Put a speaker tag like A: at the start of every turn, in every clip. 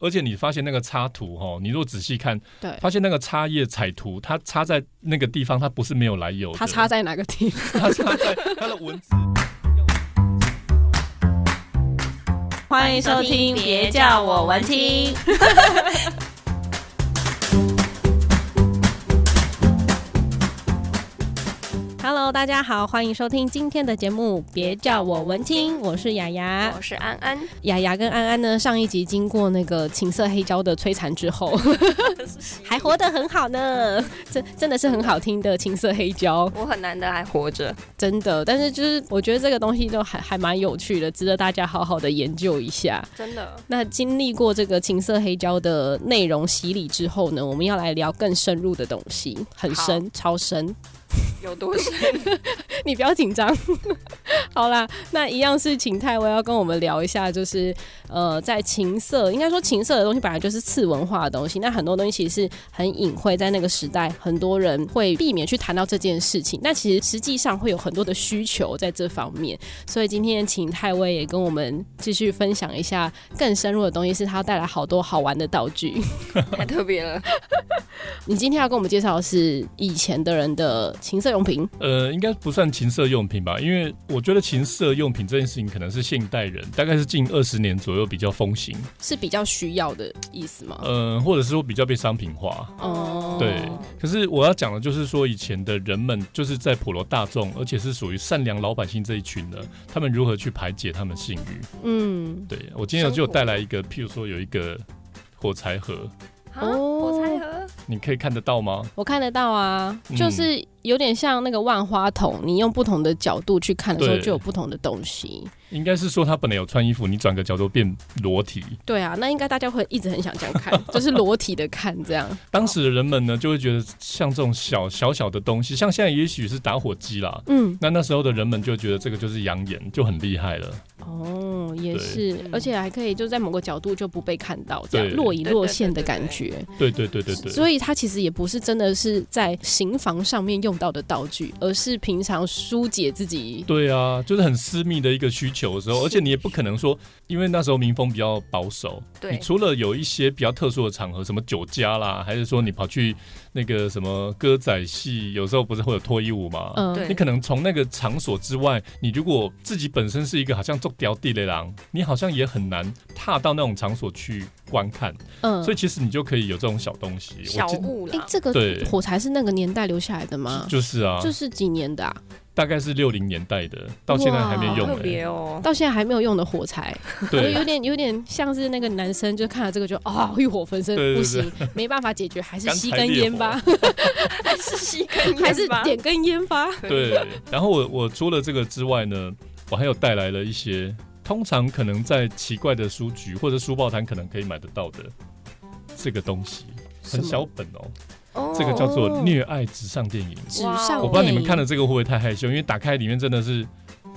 A: 而且你发现那个插图哈，你如果仔细看，
B: 对，
A: 发现那个插叶彩图，它插在那个地方，它不是没有来由的，
B: 它插在哪个地 方？
A: 它插在它的文字。
C: 欢迎收听，别叫我文青。
B: Hello，大家好，欢迎收听今天的节目，别叫我文青，我是雅雅
C: 我。哦是安安，
B: 雅雅跟安安呢，上一集经过那个情色黑胶的摧残之后， 还活得很好呢，真真的是很好听的情色黑胶，
C: 我很难得还活着。
B: 真的。但是就是我觉得这个东西就还还蛮有趣的，值得大家好好的研究一下。
C: 真的，
D: 嗯
B: 那经历过这个情色黑胶的内容洗礼之后呢，我们要来聊更深入的东西，很深，超深。
C: 有多 深？
B: 你不要紧张。 好啦，那一样是请泰威要跟我们聊一下，就是呃，在情色，应该说情色的东西本来就是次文化的东西，那很多东西其实是很隐晦，在那个时代，很多人会避免去谈到这件事情。那其实实际上会有很多的需求在这方面，所以今天请泰威也跟我们继续分享一下更深入的东西，是他带来好多好玩的道具。
C: 太特别了。
B: 你今天要跟我们介绍的是以前的人的情色用品，
A: 呃，应该不算情色用品吧，因为我觉得情色用品这件事情可能是现代人，大概是近二十年左右比较风行，
B: 是比较需要的意思吗？
A: 嗯、或者是说比较被商品化。
B: 哦
A: 对，可是我要讲的就是说，以前的人们就是在普罗大众，而且是属于善良老百姓这一群的，他们如何去排解他们性欲？
B: 嗯，
A: 对我今天有就
C: 生
A: 有
C: 活
A: 带来一个，譬如说有一个火柴盒，
C: 啊，
B: 哦
C: 火柴盒，
A: 你可以看得到吗？
B: 我看得到啊，
A: 嗯
B: 就是有点像那个万花筒，你用不同的角度去看的时候，
A: 对
B: 就有不同的东西。
A: 应该是说他本来有穿衣服，你转个角度变裸体。
B: 对啊，那应该大家会一直很想这样 看，就是裸体的看这样。
A: 当时的人们呢，就会觉得像这种小小小的东西，像现在也许是打火机啦。
B: 嗯，
A: 那那时候的人们就觉得这个就是养眼，就很厉害了。
B: 哦，也
A: 对
B: 是，而且还可以就在某个角度就不被看到，这样
A: 对
B: 若隐若现的感觉。
A: 对对对对对，
B: 所以它其实也不是真的是在刑房上面用到的道具，而是平常疏解自己。
A: 对啊，就是很私密的一个需求的时候，而且你也不可能说，因为那时候民风比较保守，你
C: 对，
A: 除了有一些比较特殊的场合，什么酒家啦，还是说你跑去那个什么歌仔戏，有时候不是会有脱衣舞吗？
B: 嗯，
C: 对
A: 你可能从那个场所之外，你如果自己本身是一个好像做屌地雷狼，你好像也很难踏到那种场所去观看，
B: 嗯
A: 所以其实你就可以有这种小东西。我
C: 小
A: 记
C: 物
B: 哎、
C: 啦，
B: 这个
A: 对
B: 火柴是那个年代留下来的吗？
A: 就是啊，
B: 这是几年的啊？
A: 大概是六零年代的，到现在还没
B: 哇
A: 用
C: 特
A: 哎、
D: 啊
C: 别哦。
B: 到现在还没有用的火柴，我
A: 对
B: 有 点有点像是那个男生，就看了这个就啊、欲火焚身，
A: 对对对
B: 不行，没办法解决，还 是
A: 干柴
B: 吸根烟吧，
C: 还 是吸根
B: 还是点根烟吧。
A: 对，然后我我除了这个之外呢，我还有带来了一些，通常可能在奇怪的书局或者书报摊可能可以买得到的这个东西，
B: 什
A: 很
B: 么
A: 小本哦，
C: 哦
A: 这个叫做虐爱直上电影。
B: 纸上，
A: 我不知道你们看了这个会不会太害羞，因为打开里面真的是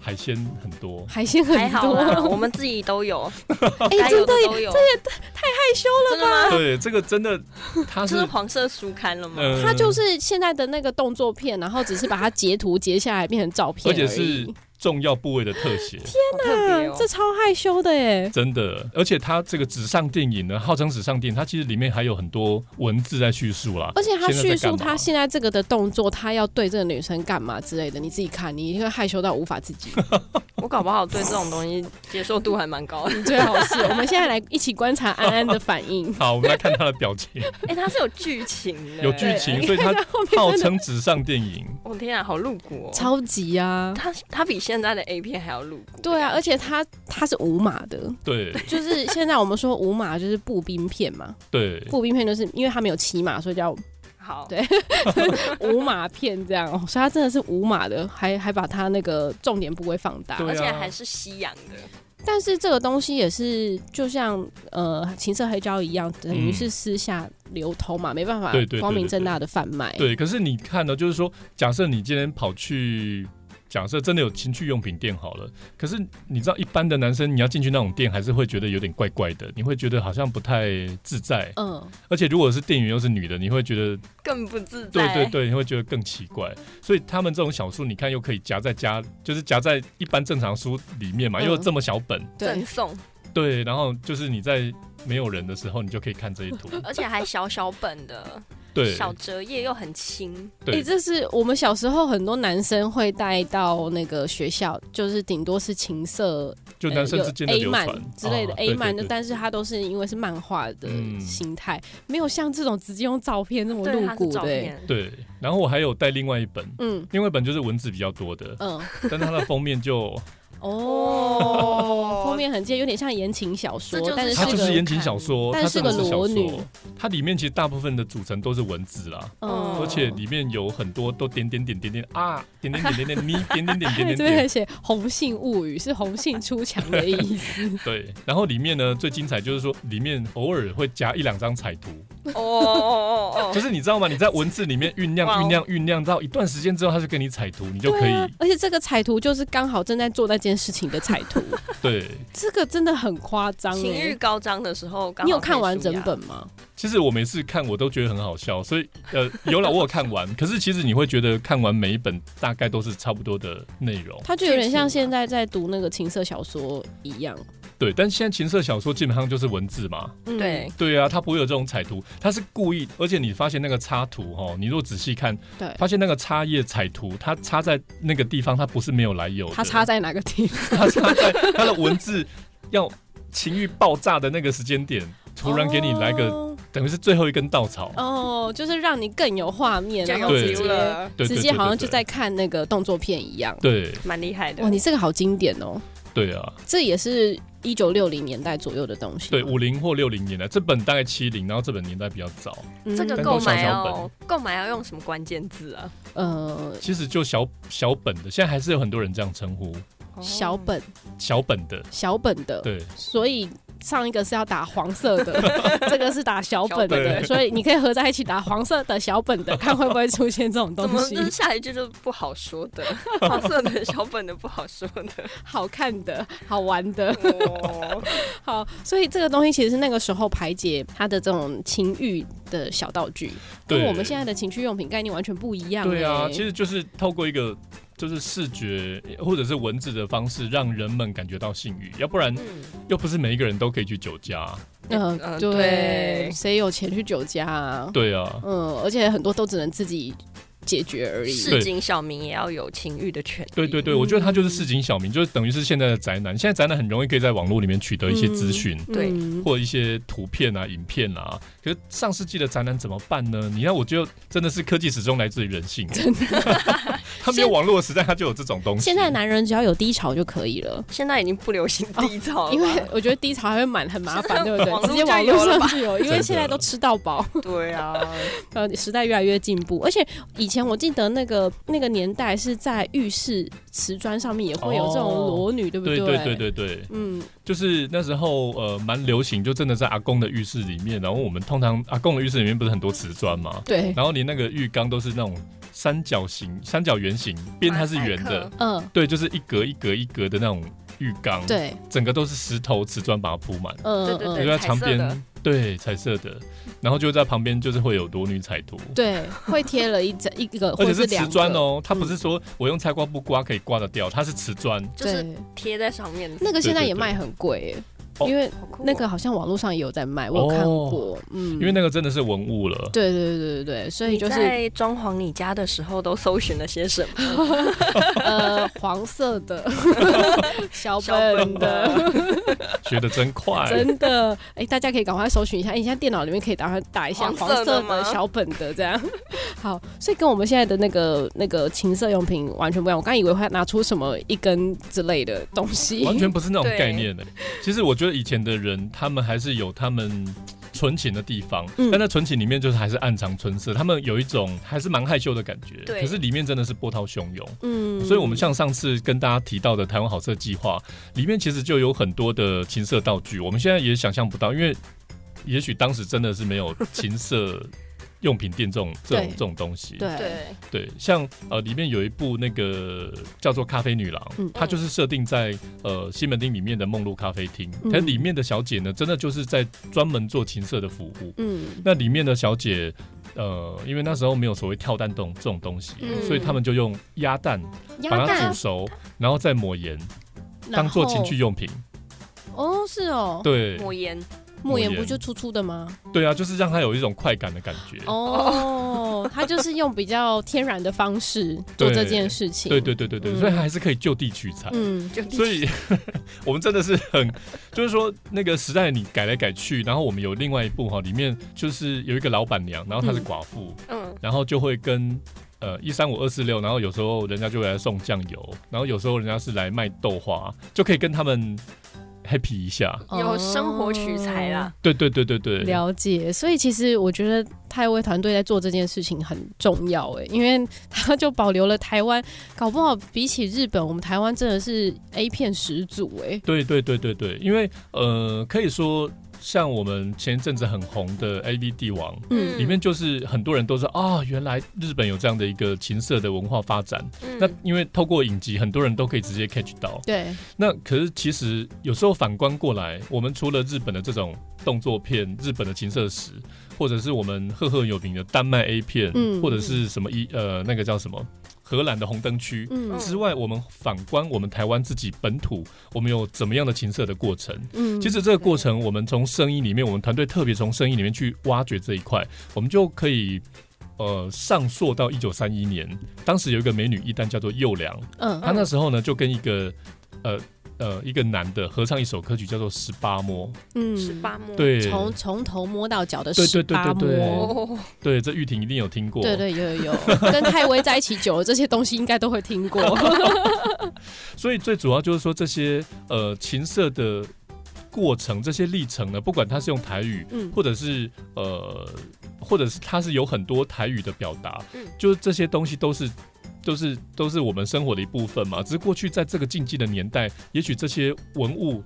A: 海鲜很 多。
B: 海鲜很
C: 还好
B: 多，
C: 啦，我们自己都有，
B: 哎、
C: 该有
B: 真
C: 的
B: 的耶
C: 都有，这也太害羞了吧？
A: 对，这个真的，它
C: 这
A: 是
C: 是黄色书刊了吗？
A: 呃
B: 它就是现在的那个动作片，然后只是把它截图截下来变成照片
A: 而
B: 而
A: 且
B: 已，
A: 是重要部位的特写，
C: 好特别
B: 啊，这
C: 哦，
B: 超害羞的耶。
A: 真的。而且它这个纸上电影呢，号称纸上电影，它其实里面还有很多文字在叙述啦。
B: 而且他叙
A: 现在在
B: 述
A: 干嘛。
B: 他现在这个的动作，他要对这个女生干嘛之类的，你自己看，你一定会害羞到无法自己。
C: 我搞不好对这种东西接受度还蛮高的。
B: 你最好是，我们现在来一起观察安安的反应
A: 好，我们来看它的表情，
C: 哎，它是有剧情的，
A: 有剧情，所以它
B: 后面
A: 号称纸上电影。
C: 我天啊，好露骨哦！
B: 超级啊，
C: 它它比现在的 A 片还要露骨。
B: 对啊，而且它它是无码的，
A: 对
B: 就是现在我们说无码就是步兵片嘛，
A: 对，
B: 步兵片就是因为它没有骑马，所以叫
C: 好，
B: 对无码片这样，哦所以它真的是无码的，还还把它那个重点部位放大。
A: 对啊
C: 而且还是西洋的，
B: 但是这个东西也是就像呃情色黑胶一样，等于
A: 嗯
B: 是私下流通嘛，没办法
A: 对对对
B: 光明正
A: 对对
B: 大的贩卖。
A: 对，可是你看呢，就是说，假设你今天跑去，假设真的有情趣用品店好了，可是你知道，一般的男生你要进去那种店，还是会觉得有点怪怪的，你会觉得好像不太自在，
B: 嗯，
A: 而且如果是店员又是女的，你会觉得，
C: 更不自
A: 对
C: 在。
A: 对对，你会觉得更奇怪。所以他们这种小说，你看又可以夹在家，就是夹在一般正常书里面嘛，
B: 嗯
A: 又这么小本，
B: 对
C: 赠，送
A: 对，然后就是你在没有人的时候，你就可以看这一 图。
D: 而且还小小本的，
A: 对，
D: 小折页又很轻。
B: 哎、
A: 对，
B: 这是我们小时候很多男生会带到那个学校，就是顶多是情色，
A: 就男生
B: 呃有
A: 之间的
B: A
A: 流传
B: 漫之类的
A: 啊
B: A
A: 对
B: 漫，就
A: 对对
B: 但是它都是因为是漫画的
A: 嗯
B: 心态，没有像这种直接用照片这么
D: 对，
B: 露
D: 它是
B: 骨的、
D: 照
B: 欸。
D: 片。
A: 对，然后我还有带另外一本，
B: 嗯
A: 另外一本就是文字比较多的，
B: 嗯，
A: 但它的封面 就
B: 哦，封面很贱，有点像言情小说
D: 这就，是
B: 但
A: 它
D: 个
A: 就
B: 个
A: 是言情小说，
B: 但
A: 它
B: 是
A: 真的
B: 个
A: 是小
B: 裸女
A: 说，它里面其实大部分的组成都是文字啦，
B: 嗯
A: 而且里面有很多都点点点点点啊，点点点点点你点点点点点
B: 这边
A: 点
B: 还，写“红杏物语”是红杏出墙的意思。
A: 对，然后里面呢最精彩就是说里面偶尔会加一两张彩图，
D: 哦哦哦
A: 就
D: 哦，
A: 是你知道吗？你在文字里面酝酿
D: 哇哦
A: 酝酿酝酿到一段时间之后，它就给你彩图，你 就可
B: 对啊
A: 以，
B: 而且这个彩图就是刚好正在做那件事情的彩图，
A: 对。
B: 这个真的很夸张
D: 情欲
B: 哎。
D: 高涨的时候刚好可以舒压，
B: 你有看完整本吗？
A: 其实我每次看我都觉得很好笑，所以呃有了我有看完， 可是其实你会觉得看完每一本大概都是差不多的内容，
B: 它就有点像现在在读那个情色小说一样。
A: 对。但现在情色小说基本上就是文字嘛，
B: 嗯
D: 对，
A: 对啊，它不会有这种彩图，它是故意，而且你发现那个插图哦，你如果仔细看，
B: 对，
A: 发现那个插页彩图，它插在那个地方，它不是没有来由的，
B: 它插在哪个地 方？
A: 它插在它的文字要情欲爆炸的那个时间点，突然给你来个，
B: 哦
A: 等于是最后一根稻草，
B: 哦，就是让你更有画面，
D: 就
B: 然
D: 有
B: 后
A: 对
B: 直
D: feel
B: 接
D: 了，
A: 对对
B: 直
A: 对
B: 接
A: 对
B: 好像就
A: 对
B: 在看那个动作片一样。
A: 对
D: 蛮厉害的。
B: 哇，你这个好经典哦！
A: 对啊，
B: 这也是一九六零年代左右的东西。
A: 对，五零或六零年代，这本大概七零，然后这本年代比较早，
B: 嗯
D: 这个
A: 但都
D: 购
A: 小
D: 买
A: 小
D: 要购买要用什么关键字啊？
B: 呃
A: 其实就小小本的，现在还是有很多人这样称呼
D: 哦
B: 小本
A: 小本的，
B: 小本的，
A: 对
B: 所以上一个是要打黄色的， 这个是打小本
A: 小
B: 的，
A: 本
B: 所以你可以合在一起打黄色的小本的，看会不会出现这种
D: 怎
B: 东
D: 么
B: 西
D: 就，是下一句就不好说 的，黄色的小本的不好说的。
B: 好看的、好玩的。
D: 哦，
B: 好，所以这个东西其实是那个时候排解他的这种情欲的小道具，跟
A: 对，
B: 我们现在的情趣用品概念完全不一样、欸。
A: 对啊，其实就是透过一个就是视觉或者是文字的方式，让人们感觉到性欲，要不然又不是每一个人都可以去酒家。
B: 嗯、
D: 嗯
B: 对
D: 对，
B: 谁有钱去酒家啊？
A: 呃对啊，
B: 嗯，而且很多都只能自己解决而已。
D: 市井小民也要有情欲的权利。
A: 对对对，我觉得他就是市井小民，就是等于是现在的宅男。现在宅男很容易可以在网络里面取得一些资讯。
D: 对
B: 嗯
A: 或一些图片啊、影片啊，可是上世纪的宅男怎么办呢？你看，我就真的是科技始终来自于人性，真的。他没有网络的时代，他就有这种东西。
B: 现在男人只要有低潮就可以了，
D: 现在已经不流行低
B: 哦
D: 潮了吧，
B: 因为我觉得低潮还会蛮很麻烦，对不对？
D: 网
B: 直接
D: 络
B: 网
D: 就有
B: 络
D: 了吧
B: 上就有，因为现在都吃到饱，
D: 对啊，
B: 呃，时代越来越进步。而且以前我记得那个那个年代是在浴室瓷砖上面也会有这种
A: 哦
B: 裸女，对不
A: 对
B: 对
A: 对对对对，
B: 嗯，
A: 就是那时候呃蛮流行，就真的在阿公的浴室里面，然后我们通常阿公的浴室里面不是很多瓷砖嘛，
B: 对，
A: 然后连那个浴缸都是那种三角形、三角圆形，边它是圆的，
B: 嗯，
A: 对，就是一格一格一格的那种浴缸，，
B: 对，
A: 整个都是石头瓷砖把它铺满，
B: 嗯
D: 对
B: 嗯
D: 对
A: 就
D: 对
A: 在旁
D: 彩色的
A: 边，对，彩色的，然后就在旁边就是会有裸女彩图。
B: 对，会贴了一整一个，
A: 而
B: 或
A: 且
B: 者
A: 是瓷
B: 两
A: 砖
B: 个，
A: 哦，它不是说我用菜瓜布刮可以刮得掉，它是瓷砖。
D: 就是
B: 对，
D: 贴在上面的
B: 那个现在
A: 对对
B: 也
A: 对
B: 卖很贵欸，
A: 哦
B: 因为
D: 好酷哦
B: 那个好像网络上也有在卖，我有看过，嗯，
A: 因为那个真的是文物了。
B: 对对对对对，所以
D: 你
B: 就是
D: 在装潢你家的时候都搜寻了些什么？
B: 呃黄色的 小
D: 小
B: 本
D: 本
B: 哦的，哦
D: 的，
A: 学的真快，
B: 真的，哎、大家可以赶快搜寻一下，哎你现在电脑里面可以打快打一下
D: 黄
B: 黄
D: 色的
B: 色的
D: 吗
B: 小本的这样。 好，所以跟我们现在的那个那个情色用品完全不一样，我刚以为会拿出什么一根之类的东西，
A: 完全不是那种
D: 对
A: 概念的、其实我觉得以前的人，他们还是有他们纯情的地方，
B: 嗯
A: 但在纯情里面就是还是暗藏春色，他们有一种还是蛮害羞的感觉。
D: 对
A: 可是里面真的是波涛汹涌。
B: 嗯
A: 所以，我们像上次跟大家提到的台湾好色计划，里面其实就有很多的情色道具，我们现在也想象不到，因为也许当时真的是没有情色用品店这种这种
B: 对
A: 这种东西。
B: 对
D: 对，
A: 对，像呃，里面有一部那个叫做《咖啡女郎》，
B: 嗯
A: 它就是设定在呃西门町里面的梦露咖啡厅，
B: 嗯
A: 它里面的小姐呢，真的就是在专门做情色的服务。
B: 嗯
A: 那里面的小姐，呃，因为那时候没有所谓跳蛋动这种东西，
D: 嗯
A: 所以他们就用鸭蛋把
B: 鸭
A: 它
B: 蛋
A: 煮熟，然后再抹盐，当做情趣用品。
B: 然后哦是哦，
A: 对，
D: 抹盐，
B: 莫言不
A: 言
B: 就粗粗的吗？
A: 对啊，就是让他有一种快感的感觉。
B: 哦，他就是用比较天然的方式做
A: 对
B: 这件事情。
A: 对对对对对，
B: 嗯
A: 所以还是可以就地取材。
B: 嗯，
D: 就
A: 所以， 我们真的是很，就是说那个时代你改来改去，然后我们有另外一部哈，里面就是有一个老板娘，然后她是寡妇，
D: 嗯，
A: 然后就会跟呃一三五二四六，然后有时候人家就会来送酱油，然后有时候人家是来卖豆花，就可以跟他们 happy 一下。
D: 有生活取材啦。
A: 对对对对对，
B: 了解，所以其实我觉得泰威团队在做这件事情很重要诶，因为他就保留了台湾，搞不好比起日本，我们台湾真的
D: 嗯
B: 是 A 片欸始祖诶。
A: 对对对对对，因为呃，可以说像我们前一阵子很红的 A V 帝王。
B: 嗯
D: 嗯
A: 里面就是很多人都说啊、原来日本有这样的一个情色的文化发展。
B: 哦
D: 嗯
A: 那因为透过影集，很多人都可以直接 catch 到。
B: 对，
A: 那可是其实有时候反观过来，我们除了日本的这种动作片、日本的情色史，或者是我们赫赫有名的丹麦 A 片，
B: 嗯
A: 或者是什么一呃那个叫什么荷兰的红灯区。
B: 嗯
A: 之外，我们反观我们台湾自己本土，我们有怎么样的情色的过程？
B: 嗯
A: 其实这个过程，我们从生意里面，我们团队特别从生意里面去挖掘这一块，我们就可以呃上溯到一九三一年，当时有一个美女艺旦叫做幼良，
B: 嗯
A: 她那时候呢就跟一个呃呃一个男的合唱一首歌曲叫做《十八摸》，
B: 嗯
D: 十八摸，
A: 对
B: 从从头摸到脚的
A: 对对
B: 十
A: 对
B: 八
A: 对对
B: 摸。
D: 哦，
A: 对，这玉婷一定有听过，
B: 对对有有有， 跟泰威在一起久了，这些东西应该都会听 过。
A: 所以最主要就是说这些呃情色的过程，这些历程呢，不管它是用台语，
B: 嗯
A: 或者是呃，或者是它是有很多台语的表达，
D: 嗯
A: 就是这些东西都是。都是都是我们生活的一部分嘛，只是过去在这个禁忌的年代，也许这些文物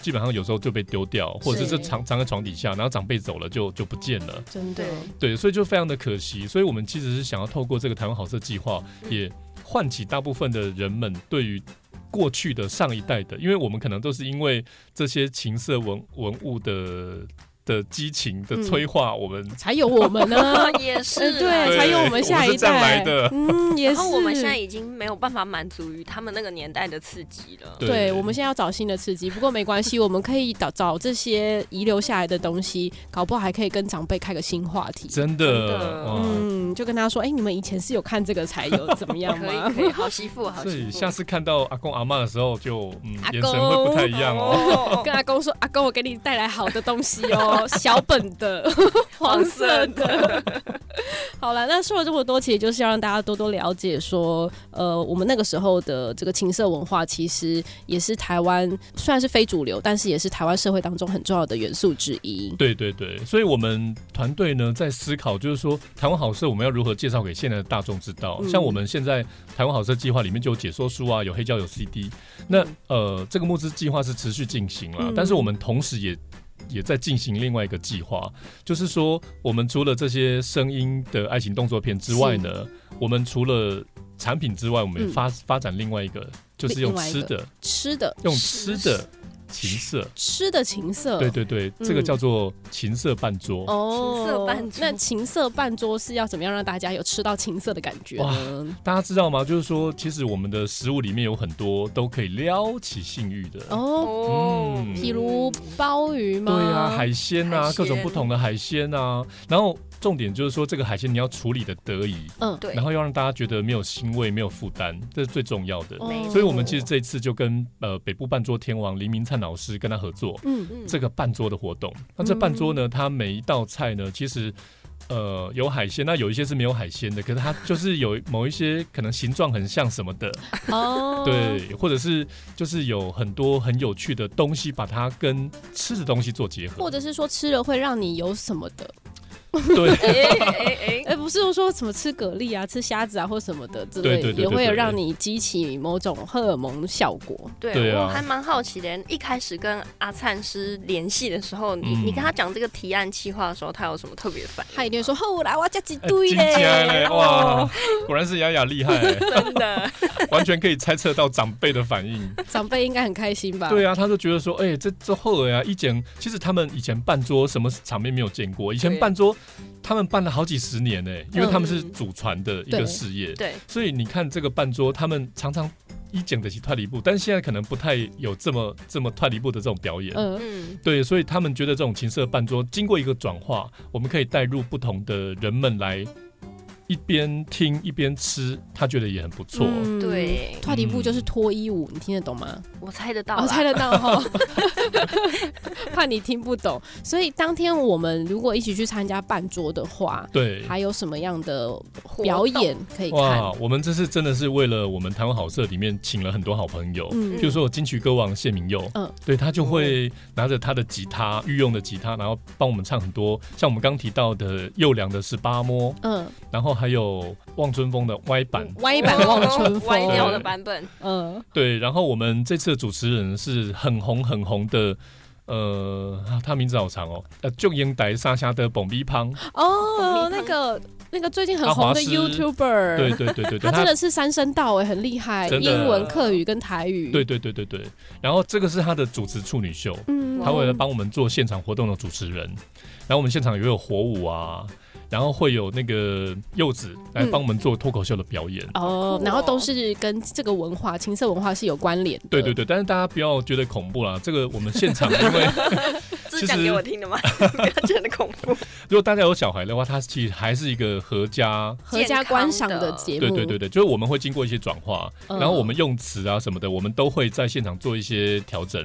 A: 基本上有时候就被丢掉，或者是
B: 是
A: 这藏藏在床底下，然后长辈走了就就不见了。
B: 真的
D: 对，
A: 对，所以就非常的可惜。所以我们其实是想要透过这个台湾好色计划，也唤起大部分的人们对于过去的上一代的，因为我们可能都是因为这些情色文文物的的激情的催化，我们
B: 才有我们呢。
D: 也是
B: 嗯， 对，
A: 对
B: 才有我们下
A: 我
B: 一
A: 是这样
B: 代。
A: 来 的
B: 嗯，也是。
D: 然后我们现在已经没有办法满足于他们那个年代的刺激了。
A: 对
B: 对，我们现在要找新的刺激，不过没关系，我们可以找找这些遗留下来的东西，搞不好还可以跟长辈开个新话题。
A: 真
D: 真
A: 的
D: 的
A: 哇。
B: 嗯，就跟他说，哎、你们以前是有看这个才有，怎么样
D: 可 以
B: 吗？
D: 可以，好媳妇，好
A: 所
D: 媳
A: 以
D: 妇。
A: 下
D: 次
A: 次看到阿公阿妈的时候就，嗯
B: 阿，
A: 眼神会不太一样哦。
D: 哦，
B: 跟阿公说，阿公，我给你带来好的东西 哦，小本的， 黄色的。 好了，那说了这么多，其实就是要让大家多多了解说，呃，我们那个时候的这个情色文化，其实也是台湾虽然是非主流，但是也是台湾社会当中很重要的元素之一。
A: 对对对，所以我们团队呢在思考，就是说台湾好色我们要如何介绍给现在的大众知道。
B: 嗯
A: 像我们现在台湾好色计划里面就有解说书啊，有黑胶，有 CD。那呃，这个募资计划是持续进行了，
B: 嗯
A: 但是我们同时也。也在进行另外一个计划，就是说，我们除了这些声音的爱情动作片之外呢，我们除了产品之外，我们也
B: 嗯
A: 发、发展另外一个，就是
B: 另
A: 用
B: 另外一
A: 吃
B: 个
A: 的，
B: 吃的，
A: 用吃的情色，
B: 吃的情色，
A: 对对对，这个
B: 嗯
A: 叫做情色半桌。
B: 哦，
D: 情色半桌
B: 那情色半桌是要怎么样让大家有吃到情色的感觉呢？
A: 大家知道吗？就是说，其实我们的食物里面有很多都可以撩起性欲的。
B: 哦，
D: 哦
A: 嗯，
B: 譬如鲍鱼
A: 对
B: 吗？
A: 啊，海鲜啊，
D: 海鲜
A: 各种不同的海鲜啊。然后重点就是说，这个海鲜你要处理的得宜，
B: 嗯，
D: 对
A: 然后要让大家觉得没有腥味、没有负担，这是最重要的。
B: 哦
D: 没错
A: 所以，我们其实这一次就跟呃北部半桌天王黎明灿老师跟他合作，
B: 嗯
D: 嗯
A: 这个半桌的活动。那这半桌呢，它每一道菜呢，其实呃有海鲜，那有一些是没有海鲜的，可是它就是有某一些可能形状很像什么的，
B: 哦，
A: 对，或者是就是有很多很有趣的东西，把它跟吃的东西做结合
B: 或，者是说吃了会让你有什么的？
A: 对。
D: 哎哎哎，
B: 哎，不是说什么吃蛤蜊啊、吃虾子啊或什么的之
A: 对
B: 类的，
A: 对对对
B: 也会有
A: 对
B: 让你激起某种荷尔蒙效果。
A: 对
D: 对，
A: 啊
D: 我还蛮好奇的。一开始跟阿灿师联系的时候，你
A: 嗯
D: 你跟他讲这个提案企划的时候，他有什么特别的反应？
B: 他一定会说：“哦，来，我要加几
A: 哎
B: 堆
A: 金家嘞，
B: 嘞！”
A: 哇
B: 哦，，
A: 果然是雅雅厉害，
D: 真的，
A: 完全可以猜测到长辈的反应。
B: 长辈应该很开心 吧？
A: 对啊，他就觉得说，哎、这这后来啊，以前其实他们以前办桌什么场面没有见过，以前
D: 对
A: 办桌他们办了好几十年呢、因为他们是
D: 嗯
A: 祖传的一
B: 对
A: 个事业，
D: 对，
A: 所以你看这个办桌，他们常常一讲的是脱离布，但是现在可能不太有这么这么脱离布的这种表演。
B: 嗯、
D: 嗯，
A: 对，所以他们觉得这种情色伴奏经过一个转化，我们可以带入不同的人们来一边听一边吃，他觉得也很不错。
B: 嗯，
D: 对，
B: 跨底步就是脱衣舞，你听得懂吗？
D: 我猜得到
B: 我、
D: 啦，
B: 哦猜得到 哈， 怕你听不懂。所以当天我们如果一起去参加半桌的话，
A: 对，
B: 还有什么样的
D: 活
B: 表
D: 动
B: 演可以看？
A: 哇，我们这次真的是为了我们台湾好社里面请了很多好朋友。
B: 嗯
A: 比如说，金曲歌王谢明佑，
B: 嗯
A: 嗯，对他就会拿着他的吉他，御用的吉他，然后帮我们唱很多，像我们刚提到的幼良的十八摸，
B: 嗯，
A: 然后还有望春风的歪版，
B: 歪版的望春
D: 歪掉
A: 鸟
D: 的
B: 风，
D: 版本，
B: 嗯，
A: 对，然后我们这次的主持人是很红很红的，呃，啊他名字好长哦，呃，就英台沙虾的蹦逼胖，
B: 哦，
D: 红米
B: 那
D: 汤
B: 个那个最近很
A: 阿
B: 红
A: 华
B: 的
A: 师
B: YouTuber，
A: 对对对对对，
B: 他真的是三声道哎，很厉害，
A: 真的
B: 英文、客语跟台语。
A: 对，对对对对，然后这个是他的主持处女秀，
B: 嗯
A: 他为了帮我们做现场活动的主持人，然后我们现场也有火舞啊，然后会有那个柚子来帮我
D: 嗯
A: 们做脱口秀的表演。
B: 哦
D: 好，酷
B: 然后
D: 哦
B: 都是跟这个文化、情色文化是有关联的。
A: 对对对，但是大家不要觉得恐怖啦，这个我们现场因 为 其
D: 这是讲
A: 实
D: 给我听的吗？ 不要觉得恐怖，
A: 如果大家有小孩的话，它其实还是一个合家
B: 合家观赏的节目。
A: 对对对对，就是我们会经过一些转化，
B: 嗯
A: 然后我们用词啊什么的，我们都会在现场做一些调整，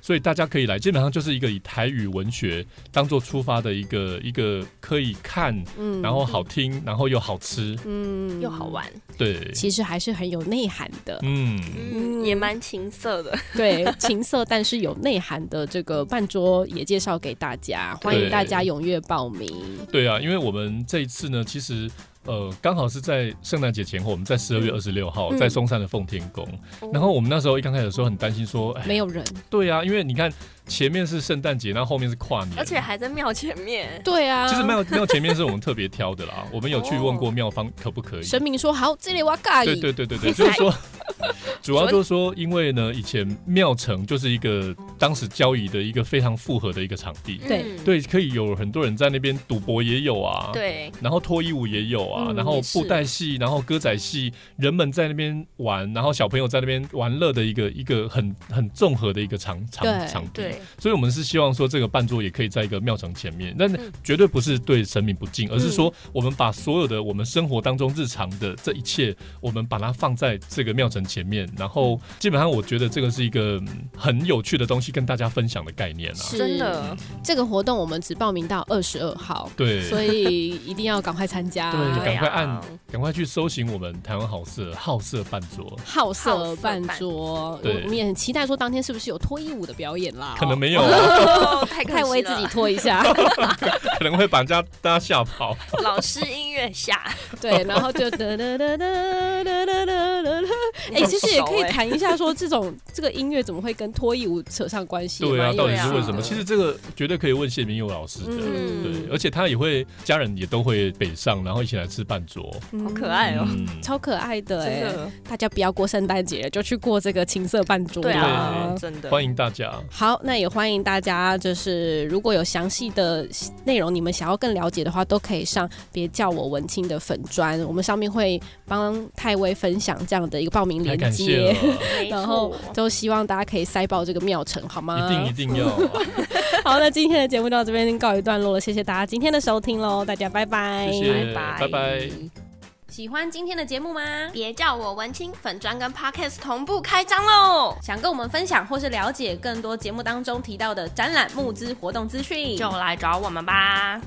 A: 所以大家可以来，基本上就是一个以台语文学当做出发的一个一个可以看，
B: 嗯
A: 然后好听，然后又好吃，
B: 嗯
D: 又好，玩，
A: 对，。
B: 其实还是很有内涵的
A: 嗯，
D: 嗯，也蛮情色的，
B: 对，情色但是有内涵的这个半桌也介绍给大家，欢迎大家踊跃报名。
A: 对啊，因为我们这一次呢，其实。呃，刚好是在圣诞节前后，我们在十二月二十六号、
B: 嗯
A: 在松山的奉天宫，然
D: 哦
A: 后我们那时候一刚开始的时候很担心说，哎，
B: 没有人，
A: 对啊，因为你看前面是圣诞节，然后后面是跨年，
D: 而且还在庙前面，
B: 对啊，
A: 其实庙庙前面是我们特别挑的 啦，我们有去问过庙方可不可以。
B: 哦神明说好，这里我盖。
A: 对对对对 对，就是说，主要就是说，因为呢，以前庙城就是一个当时交易的一个非常复合的一个场地，
B: 对
D: 嗯
A: 对，可以有很多人在那边赌博也有啊，，
D: 对，
A: 然后脱衣舞也有啊，然
B: 嗯也
A: 后
B: 是
A: 布袋戏，然后歌仔戏，人们在那边玩，然后小朋友在那边玩乐的一个一个很很综合的一个场
B: 对
A: 场场地，
D: 对，
A: 所以我们是希望说这个伴奏也可以在一个庙城前面，但
D: 嗯
A: 绝对不是对神明不
B: 嗯
A: 敬，而是说我们把所有的我们生活当中日常的这一切，我们把它放在这个庙城前面，然
B: 嗯
A: 后基本上我觉得这个是一个嗯很有趣的东西，跟大家分享的概念啊。
B: 是
D: 真的，
B: 这个活动我们只报名到二十二号，
A: 对，
B: 所以一定要赶快参加。
A: 对
D: 对
A: 赶快按
D: 啊，
A: 赶快去搜寻我们台湾好色好色伴奏，
B: 好色半桌，我
A: 对
B: 们也很期待说当天是不是有脱衣舞的表演啦？
A: 可能
B: 哦
A: 没有 啊，
D: 哦太可惜
B: 太为自
D: 了
B: 己脱一 下，
A: 可能会把人家大家吓跑。
D: 老师音乐下，
B: 对，然后就 哒哒哒哒哒哒哒哒哒。哎，
D: 你
B: 其实
D: 很
B: 也
D: 熟
B: 可以
D: 哎
B: 谈一下说这种这个音乐怎么会跟脱衣舞扯上关系？
A: 对啊，
B: 蛮有
A: 到底是
B: 趣
A: 为什么？
B: 的
A: 其实这个绝对可以问谢明佑老师的。
B: 嗯
A: 对，而且他也会，家人也都会北上，然后一起来吃半桌。
B: 嗯
D: 好可爱哦，
B: 超可爱的
D: 真
B: 哎！
D: 的，
B: 大家不要过圣诞节，就去过这个情色半桌
D: 对啊
B: 吧，
D: 真的，
A: 欢迎大家。
B: 好，那也欢迎大家，就是如果有详细的内容，你们想要更了解的话，都可以上“别叫我文青”的粉砖，我们上面会帮泰威分享这样的一个报名
A: 太
B: 链
A: 感谢了
B: 接。，
D: 没
B: 然后
D: 错
B: 都希望大家可以塞爆这个庙城，好吗？
A: 一定一定要。
B: 好，那今天的节目到这边告一段落了，谢谢大家今天的收听喽，大家拜拜。
A: 谢谢，拜拜。
C: 喜欢今天的节目吗？
E: 别叫我文青，粉专跟 Podcast 同步开张喽！
C: 想跟我们分享或是了解更多节目当中提到的展览募资活动资讯，
E: 就来找我们吧。